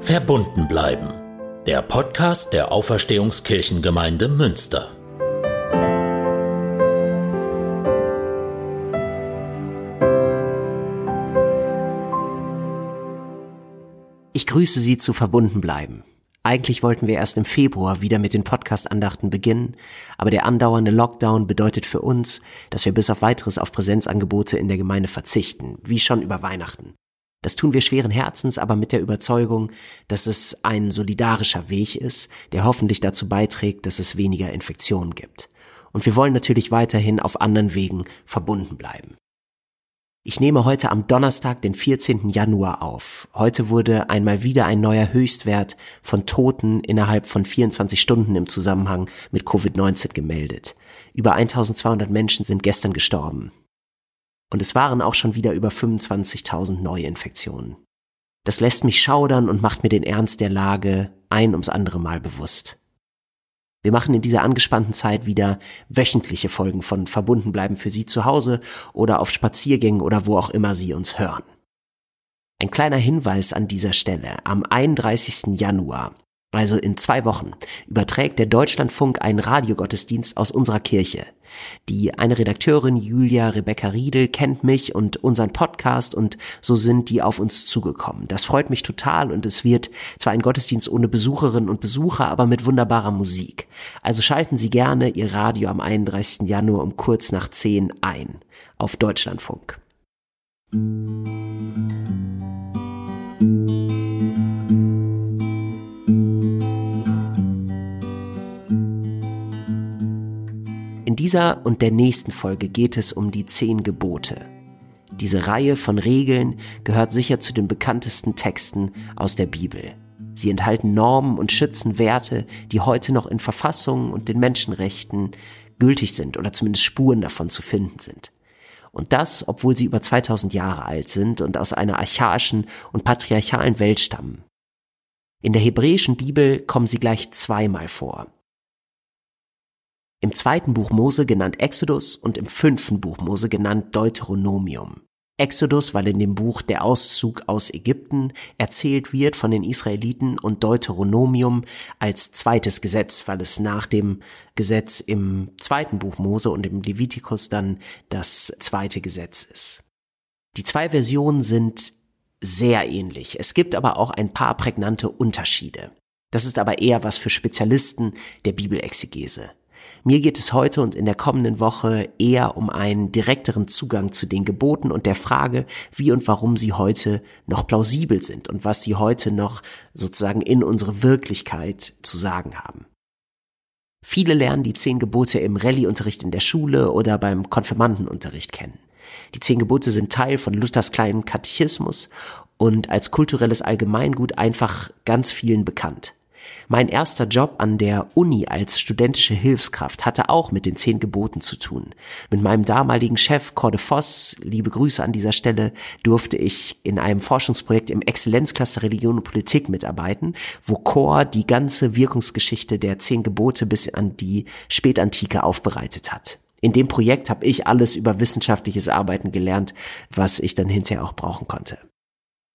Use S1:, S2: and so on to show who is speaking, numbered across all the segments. S1: Verbunden bleiben. Der Podcast der Auferstehungskirchengemeinde Münster.
S2: Ich grüße Sie zu Verbunden bleiben. Eigentlich wollten wir erst im Februar wieder mit den Podcast-Andachten beginnen, aber der andauernde Lockdown bedeutet für uns, dass wir bis auf weiteres auf Präsenzangebote in der Gemeinde verzichten, wie schon über Weihnachten. Das tun wir schweren Herzens, aber mit der Überzeugung, dass es ein solidarischer Weg ist, der hoffentlich dazu beiträgt, dass es weniger Infektionen gibt. Und wir wollen natürlich weiterhin auf anderen Wegen verbunden bleiben. Ich nehme heute am Donnerstag, den 14. Januar auf. Heute wurde einmal wieder ein neuer Höchstwert von Toten innerhalb von 24 Stunden im Zusammenhang mit Covid-19 gemeldet. Über 1200 Menschen sind gestern gestorben und es waren auch schon wieder über 25.000 Neuinfektionen. Das lässt mich schaudern und macht mir den Ernst der Lage ein ums andere Mal bewusst. Wir machen in dieser angespannten Zeit wieder wöchentliche Folgen von Verbunden bleiben für Sie zu Hause oder auf Spaziergängen oder wo auch immer Sie uns hören. Ein kleiner Hinweis an dieser Stelle. Am 31. Januar, also in zwei Wochen, überträgt der Deutschlandfunk einen Radiogottesdienst aus unserer Kirche. Die eine Redakteurin Julia Rebecca Riedel kennt mich und unseren Podcast und so sind die auf uns zugekommen. Das freut mich total und es wird zwar ein Gottesdienst ohne Besucherinnen und Besucher, aber mit wunderbarer Musik. Also schalten Sie gerne Ihr Radio am 31. Januar um kurz nach 10 ein auf Deutschlandfunk. In dieser und der nächsten Folge geht es um die zehn Gebote. Diese Reihe von Regeln gehört sicher zu den bekanntesten Texten aus der Bibel. Sie enthalten Normen und schützen Werte, die heute noch in Verfassungen und den Menschenrechten gültig sind oder zumindest Spuren davon zu finden sind. Und das, obwohl sie über 2000 Jahre alt sind und aus einer archaischen und patriarchalen Welt stammen. In der hebräischen Bibel kommen sie gleich zweimal vor. Im zweiten Buch Mose genannt Exodus und im fünften Buch Mose genannt Deuteronomium. Exodus, weil in dem Buch der Auszug aus Ägypten erzählt wird von den Israeliten und Deuteronomium als zweites Gesetz, weil es nach dem Gesetz im zweiten Buch Mose und im Levitikus dann das zweite Gesetz ist. Die zwei Versionen sind sehr ähnlich. Es gibt aber auch ein paar prägnante Unterschiede. Das ist aber eher was für Spezialisten der Bibelexegese. Mir geht es heute und in der kommenden Woche eher um einen direkteren Zugang zu den Geboten und der Frage, wie und warum sie heute noch plausibel sind und was sie heute noch sozusagen in unsere Wirklichkeit zu sagen haben. Viele lernen die zehn Gebote im Rallyeunterricht in der Schule oder beim Konfirmandenunterricht kennen. Die zehn Gebote sind Teil von Luthers kleinen Katechismus und als kulturelles Allgemeingut einfach ganz vielen bekannt. Mein erster Job an der Uni als studentische Hilfskraft hatte auch mit den zehn Geboten zu tun. Mit meinem damaligen Chef Corde Voss, liebe Grüße an dieser Stelle, durfte ich in einem Forschungsprojekt im Exzellenzcluster Religion und Politik mitarbeiten, wo Core die ganze Wirkungsgeschichte der zehn Gebote bis an die Spätantike aufbereitet hat. In dem Projekt habe ich alles über wissenschaftliches Arbeiten gelernt, was ich dann hinterher auch brauchen konnte.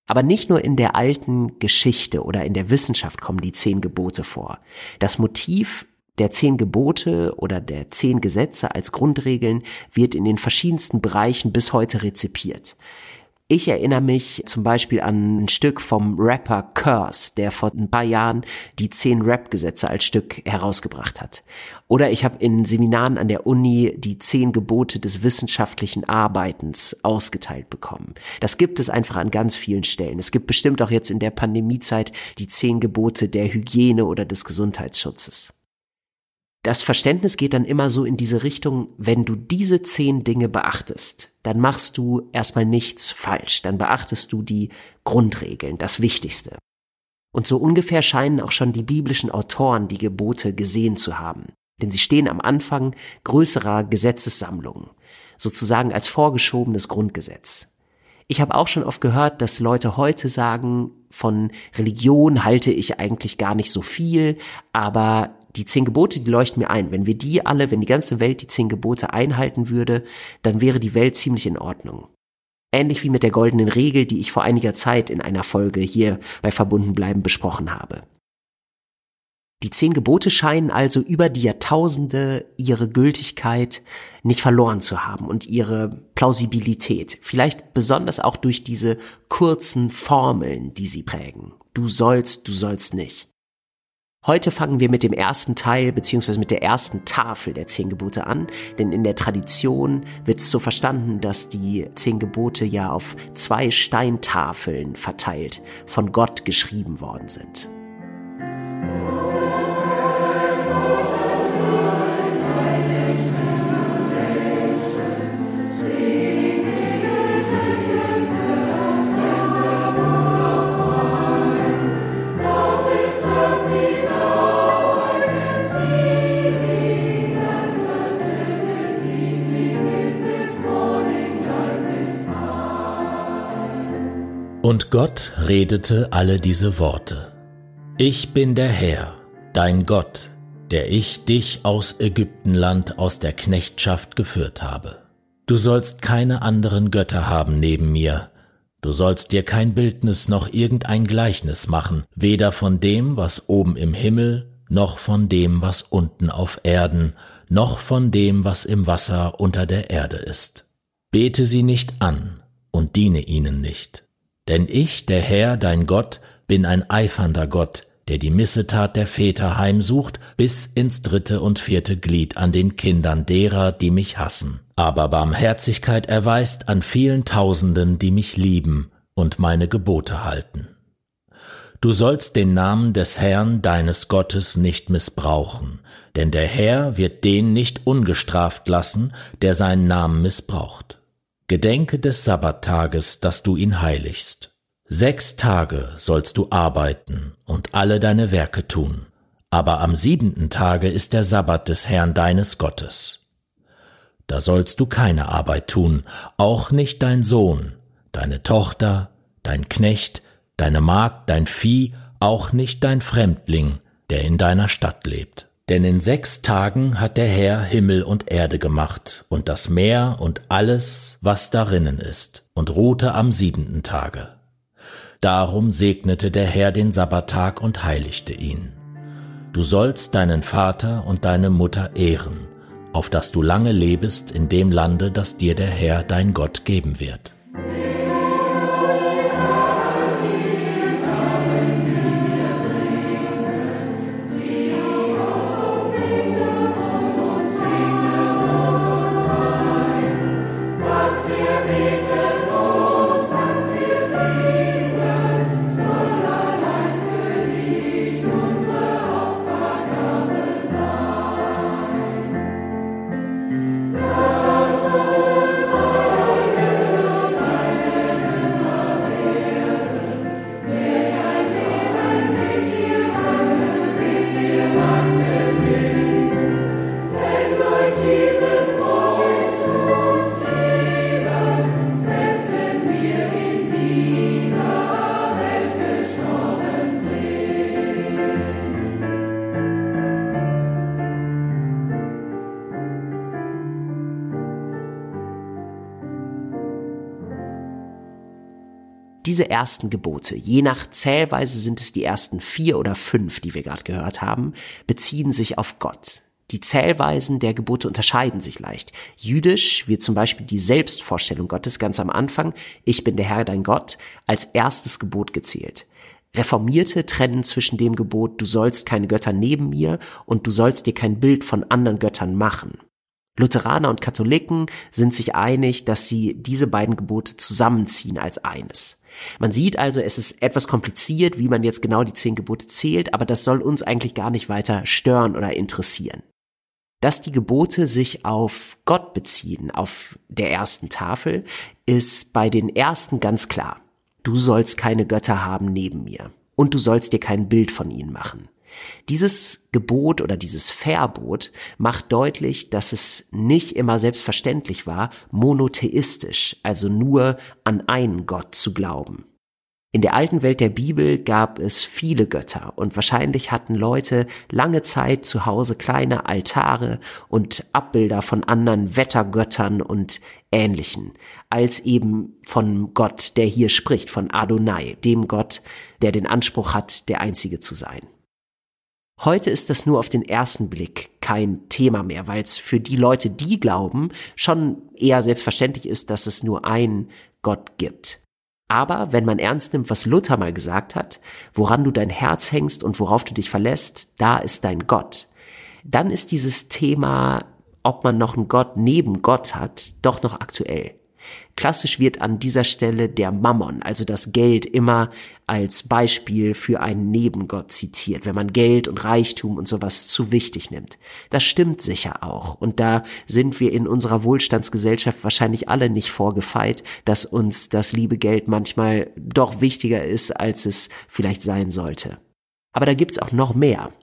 S2: Aber nicht nur in der alten Geschichte oder in der Wissenschaft kommen die zehn Gebote vor. Das Motiv der zehn Gebote oder der zehn Gesetze als Grundregeln wird in den verschiedensten Bereichen bis heute rezipiert. Ich erinnere mich zum Beispiel an ein Stück vom Rapper Curse, der vor ein paar Jahren die zehn Rap-Gesetze als Stück herausgebracht hat. Oder ich habe in Seminaren an der Uni die zehn Gebote des wissenschaftlichen Arbeitens ausgeteilt bekommen. Das gibt es einfach an ganz vielen Stellen. Es gibt bestimmt auch jetzt in der Pandemiezeit die zehn Gebote der Hygiene oder des Gesundheitsschutzes. Das Verständnis geht dann immer so in diese Richtung, wenn du diese zehn Dinge beachtest, dann machst du erstmal nichts falsch, dann beachtest du die Grundregeln, das Wichtigste. Und so ungefähr scheinen auch schon die biblischen Autoren die Gebote gesehen zu haben, denn sie stehen am Anfang größerer Gesetzessammlungen, sozusagen als vorgeschobenes Grundgesetz. Ich habe auch schon oft gehört, dass Leute heute sagen, von Religion halte ich eigentlich gar nicht so viel, aber die zehn Gebote, die leuchten mir ein. Wenn wir die alle, wenn die ganze Welt die zehn Gebote einhalten würde, dann wäre die Welt ziemlich in Ordnung. Ähnlich wie mit der goldenen Regel, die ich vor einiger Zeit in einer Folge hier bei Verbundenbleiben besprochen habe. Die zehn Gebote scheinen also über die Jahrtausende ihre Gültigkeit nicht verloren zu haben und ihre Plausibilität. Vielleicht besonders auch durch diese kurzen Formeln, die sie prägen. Du sollst, du sollst nicht. Heute fangen wir mit dem ersten Teil beziehungsweise mit der ersten Tafel der Zehn Gebote an, denn in der Tradition wird es so verstanden, dass die Zehn Gebote ja auf zwei Steintafeln verteilt von Gott geschrieben worden sind.
S1: Und Gott redete alle diese Worte. Ich bin der Herr, dein Gott, der ich dich aus Ägyptenland aus der Knechtschaft geführt habe. Du sollst keine anderen Götter haben neben mir. Du sollst dir kein Bildnis noch irgendein Gleichnis machen, weder von dem, was oben im Himmel, noch von dem, was unten auf Erden, noch von dem, was im Wasser unter der Erde ist. Bete sie nicht an und diene ihnen nicht. Denn ich, der Herr, dein Gott, bin ein eifernder Gott, der die Missetat der Väter heimsucht bis ins dritte und vierte Glied an den Kindern derer, die mich hassen, aber Barmherzigkeit erweist an vielen Tausenden, die mich lieben und meine Gebote halten. Du sollst den Namen des Herrn deines Gottes nicht missbrauchen, denn der Herr wird den nicht ungestraft lassen, der seinen Namen missbraucht. Gedenke des Sabbattages, dass du ihn heiligst. Sechs Tage sollst du arbeiten und alle deine Werke tun, aber am siebenten Tage ist der Sabbat des Herrn deines Gottes. Da sollst du keine Arbeit tun, auch nicht dein Sohn, deine Tochter, dein Knecht, deine Magd, dein Vieh, auch nicht dein Fremdling, der in deiner Stadt lebt. Denn in sechs Tagen hat der Herr Himmel und Erde gemacht und das Meer und alles, was darinnen ist, und ruhte am siebenten Tage. Darum segnete der Herr den Sabbattag und heiligte ihn. Du sollst deinen Vater und deine Mutter ehren, auf dass du lange lebest in dem Lande, das dir der Herr dein Gott geben wird.
S2: Diese ersten Gebote, je nach Zählweise sind es die ersten vier oder fünf, die wir gerade gehört haben, beziehen sich auf Gott. Die Zählweisen der Gebote unterscheiden sich leicht. Jüdisch wird zum Beispiel die Selbstvorstellung Gottes ganz am Anfang, ich bin der Herr dein Gott, als erstes Gebot gezählt. Reformierte trennen zwischen dem Gebot, du sollst keine Götter neben mir und du sollst dir kein Bild von anderen Göttern machen. Lutheraner und Katholiken sind sich einig, dass sie diese beiden Gebote zusammenziehen als eines. Man sieht also, es ist etwas kompliziert, wie man jetzt genau die zehn Gebote zählt, aber das soll uns eigentlich gar nicht weiter stören oder interessieren. Dass die Gebote sich auf Gott beziehen, auf der ersten Tafel, ist bei den ersten ganz klar. Du sollst keine Götter haben neben mir und du sollst dir kein Bild von ihnen machen. Dieses Gebot oder dieses Verbot macht deutlich, dass es nicht immer selbstverständlich war, monotheistisch, also nur an einen Gott zu glauben. In der alten Welt der Bibel gab es viele Götter und wahrscheinlich hatten Leute lange Zeit zu Hause kleine Altare und Abbilder von anderen Wettergöttern und ähnlichen, als eben von Gott, der hier spricht, von Adonai, dem Gott, der den Anspruch hat, der Einzige zu sein. Heute ist das nur auf den ersten Blick kein Thema mehr, weil es für die Leute, die glauben, schon eher selbstverständlich ist, dass es nur einen Gott gibt. Aber wenn man ernst nimmt, was Luther mal gesagt hat, woran du dein Herz hängst und worauf du dich verlässt, da ist dein Gott, dann ist dieses Thema, ob man noch einen Gott neben Gott hat, doch noch aktuell. Klassisch wird an dieser Stelle der Mammon, also das Geld, immer als Beispiel für einen Nebengott zitiert, wenn man Geld und Reichtum und sowas zu wichtig nimmt. Das stimmt sicher auch. Und da sind wir in unserer Wohlstandsgesellschaft wahrscheinlich alle nicht vorgefeit, dass uns das liebe Geld manchmal doch wichtiger ist, als es vielleicht sein sollte. Aber da gibt's auch noch mehr.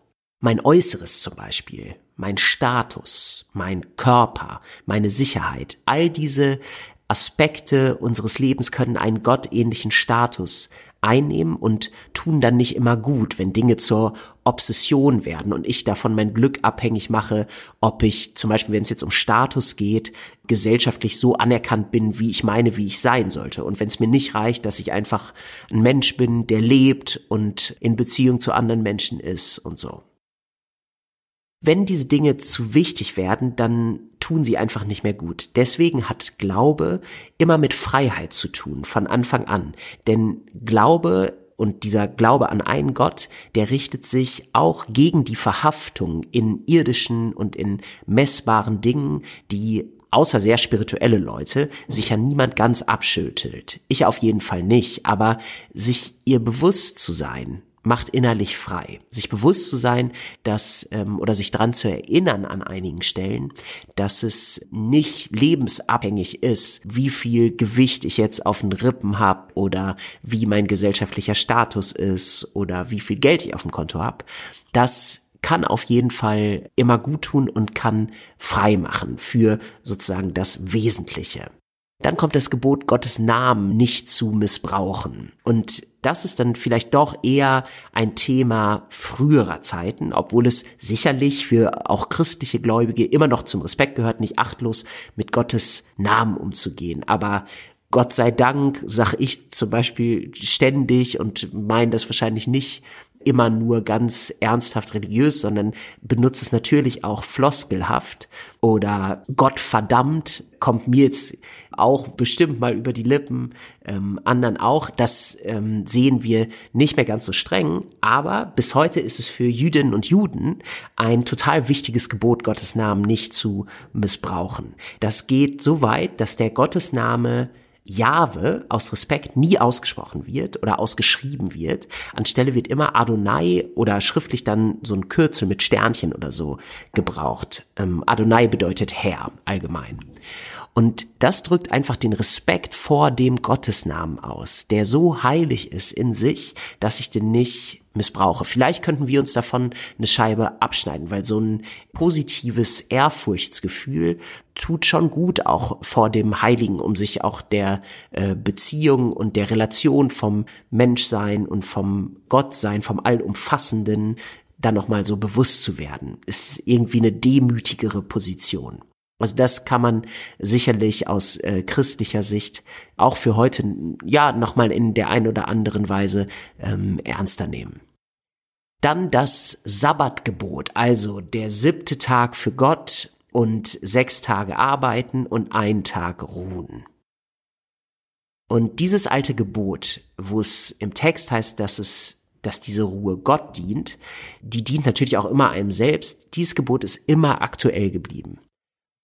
S2: Mein Äußeres zum Beispiel, mein Status, mein Körper, meine Sicherheit, all diese Aspekte unseres Lebens können einen gottähnlichen Status einnehmen und tun dann nicht immer gut, wenn Dinge zur Obsession werden und ich davon mein Glück abhängig mache, ob ich zum Beispiel, wenn es jetzt um Status geht, gesellschaftlich so anerkannt bin, wie ich meine, wie ich sein sollte. Und wenn es mir nicht reicht, dass ich einfach ein Mensch bin, der lebt und in Beziehung zu anderen Menschen ist und so. Wenn diese Dinge zu wichtig werden, dann tun sie einfach nicht mehr gut. Deswegen hat Glaube immer mit Freiheit zu tun, von Anfang an. Denn Glaube und dieser Glaube an einen Gott, der richtet sich auch gegen die Verhaftung in irdischen und in messbaren Dingen, die außer sehr spirituelle Leute sicher niemand ganz abschüttelt. Ich auf jeden Fall nicht, aber sich ihr bewusst zu sein, macht innerlich frei. Sich bewusst zu sein, dass ähm, oder sich dran zu erinnern an einigen Stellen, dass es nicht lebensabhängig ist, wie viel Gewicht ich jetzt auf den Rippen habe oder wie mein gesellschaftlicher Status ist oder wie viel Geld ich auf dem Konto habe. Das kann auf jeden Fall immer gut tun und kann frei machen für sozusagen das Wesentliche. Dann kommt das Gebot, Gottes Namen nicht zu missbrauchen. Und das ist dann vielleicht doch eher ein Thema früherer Zeiten, obwohl es sicherlich für auch christliche Gläubige immer noch zum Respekt gehört, nicht achtlos mit Gottes Namen umzugehen. Aber Gott sei Dank sag ich zum Beispiel ständig und meine das wahrscheinlich nicht immer nur ganz ernsthaft religiös, sondern benutze es natürlich auch floskelhaft oder Gott verdammt kommt mir jetzt auch bestimmt mal über die Lippen, ähm, anderen auch. Das ähm, sehen wir nicht mehr ganz so streng, aber bis heute ist es für Jüdinnen und Juden ein total wichtiges Gebot, Gottes Namen nicht zu missbrauchen. Das geht so weit, dass der Gottesname Jahwe aus Respekt nie ausgesprochen wird oder ausgeschrieben wird. Anstelle wird immer Adonai oder schriftlich dann so ein Kürzel mit Sternchen oder so gebraucht. Ähm, Adonai bedeutet Herr allgemein. Und das drückt einfach den Respekt vor dem Gottesnamen aus, der so heilig ist in sich, dass ich den nicht missbrauche. Vielleicht könnten wir uns davon eine Scheibe abschneiden, weil so ein positives Ehrfurchtsgefühl tut schon gut auch vor dem Heiligen, um sich auch der äh, Beziehung und der Relation vom Menschsein und vom Gottsein, vom Allumfassenden dann nochmal so bewusst zu werden. Ist irgendwie eine demütigere Position. Also das kann man sicherlich aus äh, christlicher Sicht auch für heute ja nochmal in der ein oder anderen Weise ähm, ernster nehmen. Dann das Sabbatgebot, also der siebte Tag für Gott und sechs Tage arbeiten und ein Tag ruhen. Und dieses alte Gebot, wo es im Text heißt, dass es dass diese Ruhe Gott dient, die dient natürlich auch immer einem selbst. Dieses Gebot ist immer aktuell geblieben.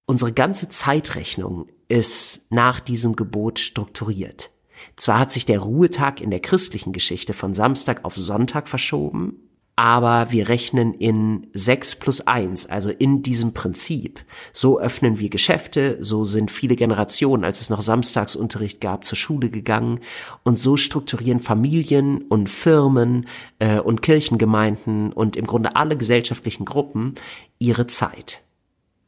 S2: Unsere ganze Zeitrechnung ist nach diesem Gebot strukturiert. Zwar hat sich der Ruhetag in der christlichen Geschichte von Samstag auf Sonntag verschoben, aber wir rechnen in 6 plus 1, also in diesem Prinzip. So öffnen wir Geschäfte, so sind viele Generationen, als es noch Samstagsunterricht gab, zur Schule gegangen und so strukturieren Familien und Firmen äh, und Kirchengemeinden und im Grunde alle gesellschaftlichen Gruppen ihre Zeit.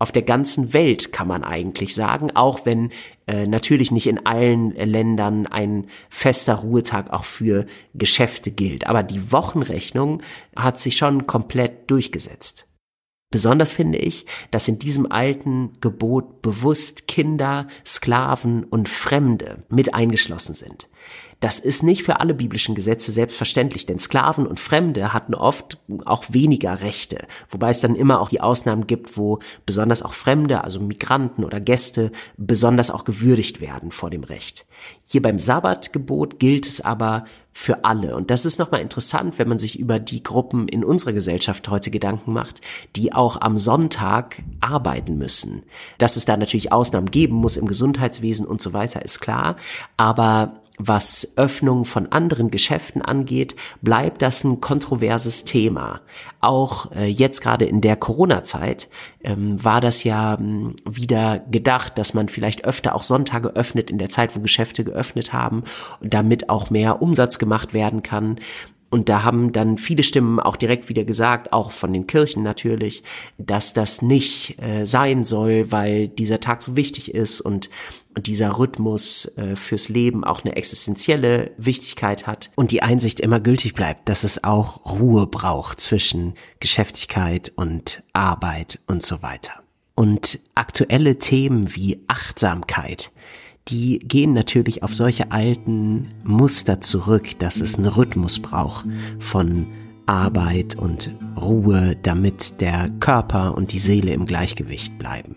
S2: auf der ganzen Welt, kann man eigentlich sagen, auch wenn äh, natürlich nicht in allen äh, Ländern ein fester Ruhetag auch für Geschäfte gilt. Aber die Wochenrechnung hat sich schon komplett durchgesetzt. Besonders finde ich, dass in diesem alten Gebot bewusst Kinder, Sklaven und Fremde mit eingeschlossen sind. Das ist nicht für alle biblischen Gesetze selbstverständlich, denn Sklaven und Fremde hatten oft auch weniger Rechte, wobei es dann immer auch die Ausnahmen gibt, wo besonders auch Fremde, also Migranten oder Gäste, besonders auch gewürdigt werden vor dem Recht. Hier beim Sabbatgebot gilt es aber für alle. Und das ist nochmal interessant, wenn man sich über die Gruppen in unserer Gesellschaft heute Gedanken macht, die auch am Sonntag arbeiten müssen. Dass es da natürlich Ausnahmen geben muss im Gesundheitswesen und so weiter, ist klar. Aber was Öffnung von anderen Geschäften angeht, bleibt das ein kontroverses Thema. Auch äh, jetzt gerade in der Corona-Zeit ähm, war das ja ähm, wieder gedacht, dass man vielleicht öfter auch Sonntage öffnet in der Zeit, wo Geschäfte geöffnet haben, damit auch mehr Umsatz gemacht werden kann. Und da haben dann viele Stimmen auch direkt wieder gesagt, auch von den Kirchen natürlich, dass das nicht äh, sein soll, weil dieser Tag so wichtig ist und dieser Rhythmus äh, fürs Leben auch eine existenzielle Wichtigkeit hat und die Einsicht immer gültig bleibt, dass es auch Ruhe braucht zwischen Geschäftigkeit und Arbeit und so weiter. Und aktuelle Themen wie Achtsamkeit, die gehen natürlich auf solche alten Muster zurück, dass es einen Rhythmus braucht von Arbeit und Ruhe, damit der Körper und die Seele im Gleichgewicht bleiben.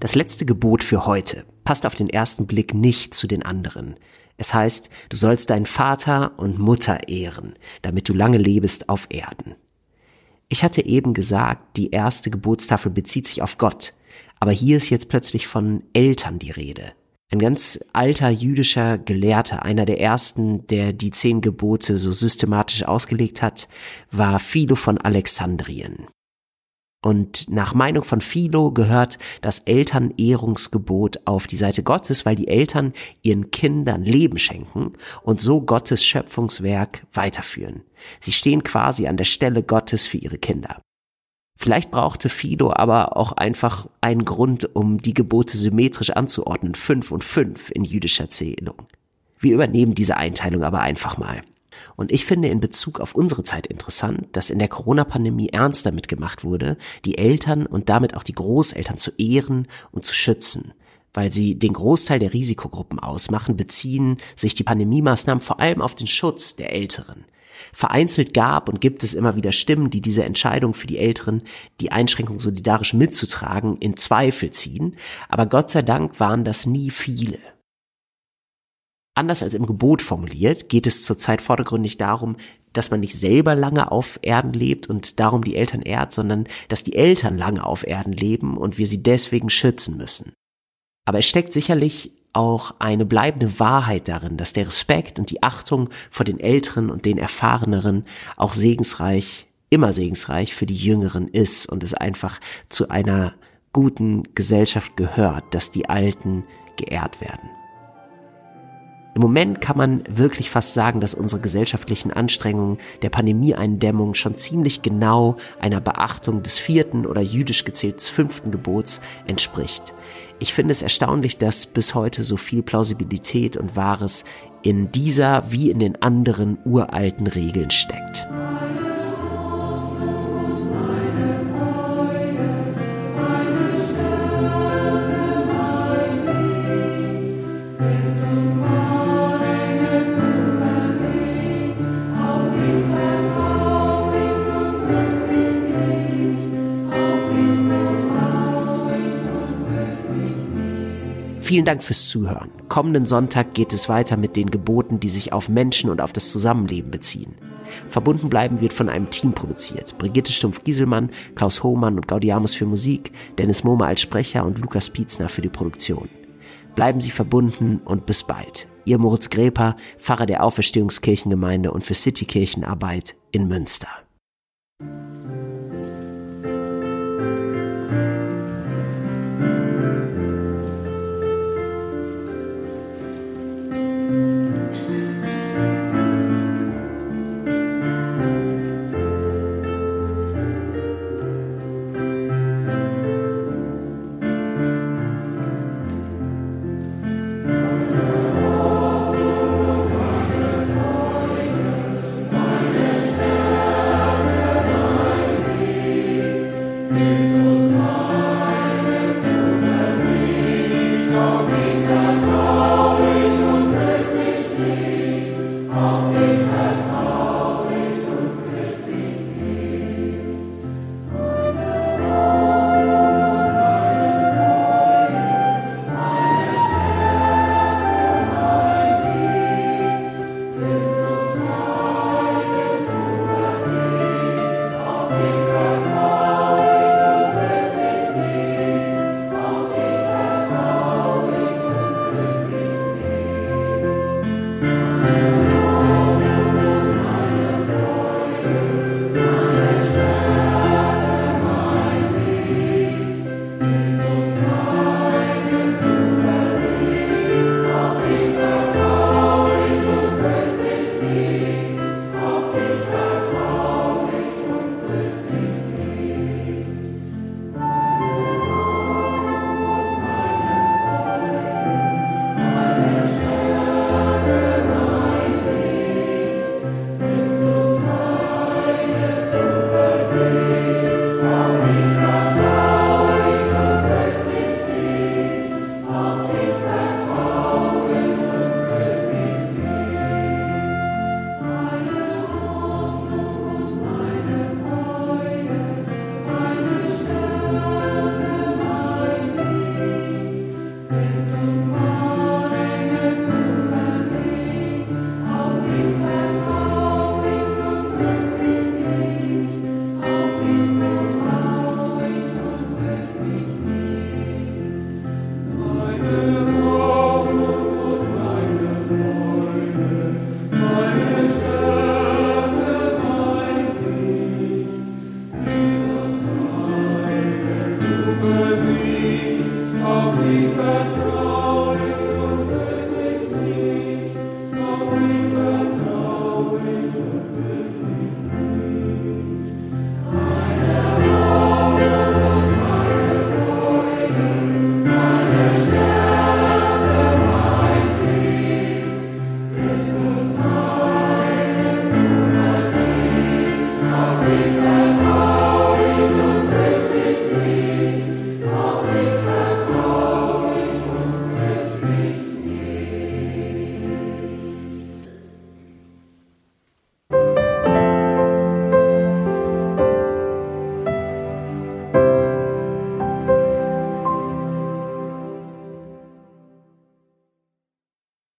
S2: Das letzte Gebot für heute passt auf den ersten Blick nicht zu den anderen. Es heißt, du sollst deinen Vater und Mutter ehren, damit du lange lebst auf Erden. Ich hatte eben gesagt, die erste Geburtstafel bezieht sich auf Gott, aber hier ist jetzt plötzlich von Eltern die Rede. Ein ganz alter jüdischer Gelehrter, einer der ersten, der die zehn Gebote so systematisch ausgelegt hat, war Philo von Alexandrien. Und nach Meinung von Philo gehört das Elternehrungsgebot auf die Seite Gottes, weil die Eltern ihren Kindern Leben schenken und so Gottes Schöpfungswerk weiterführen. Sie stehen quasi an der Stelle Gottes für ihre Kinder. Vielleicht brauchte Philo aber auch einfach einen Grund, um die Gebote symmetrisch anzuordnen, fünf und fünf in jüdischer Zählung. Wir übernehmen diese Einteilung aber einfach mal. Und ich finde in Bezug auf unsere Zeit interessant, dass in der Corona-Pandemie ernst damit gemacht wurde, die Eltern und damit auch die Großeltern zu ehren und zu schützen, weil sie den Großteil der Risikogruppen ausmachen, beziehen sich die Pandemie-Maßnahmen vor allem auf den Schutz der Älteren. Vereinzelt gab und gibt es immer wieder Stimmen, die diese Entscheidung für die Älteren, die Einschränkung solidarisch mitzutragen, in Zweifel ziehen, aber Gott sei Dank waren das nie viele. Anders als im Gebot formuliert, geht es zurzeit vordergründig darum, dass man nicht selber lange auf Erden lebt und darum die Eltern ehrt, sondern dass die Eltern lange auf Erden leben und wir sie deswegen schützen müssen. Aber es steckt sicherlich auch eine bleibende Wahrheit darin, dass der Respekt und die Achtung vor den Älteren und den Erfahreneren auch segensreich, immer segensreich für die Jüngeren ist und es einfach zu einer guten Gesellschaft gehört, dass die Alten geehrt werden. Im Moment kann man wirklich fast sagen, dass unsere gesellschaftlichen Anstrengungen der Pandemieeindämmung schon ziemlich genau einer Beachtung des vierten oder jüdisch gezählten fünften Gebots entspricht. Ich finde es erstaunlich, dass bis heute so viel Plausibilität und Wahres in dieser wie in den anderen uralten Regeln steckt. Vielen Dank fürs Zuhören. Kommenden Sonntag geht es weiter mit den Geboten, die sich auf Menschen und auf das Zusammenleben beziehen. Verbunden bleiben wird von einem Team produziert. Brigitte Stumpf-Gieselmann, Klaus Hohmann und Gaudiamus für Musik, Dennis Moma als Sprecher und Lukas Pietzner für die Produktion. Bleiben Sie verbunden und bis bald. Ihr Moritz Greper, Pfarrer der Auferstehungskirchengemeinde und für Citykirchenarbeit in Münster.
S3: Auf dich vertrau ich und fürcht mich nicht, auf dich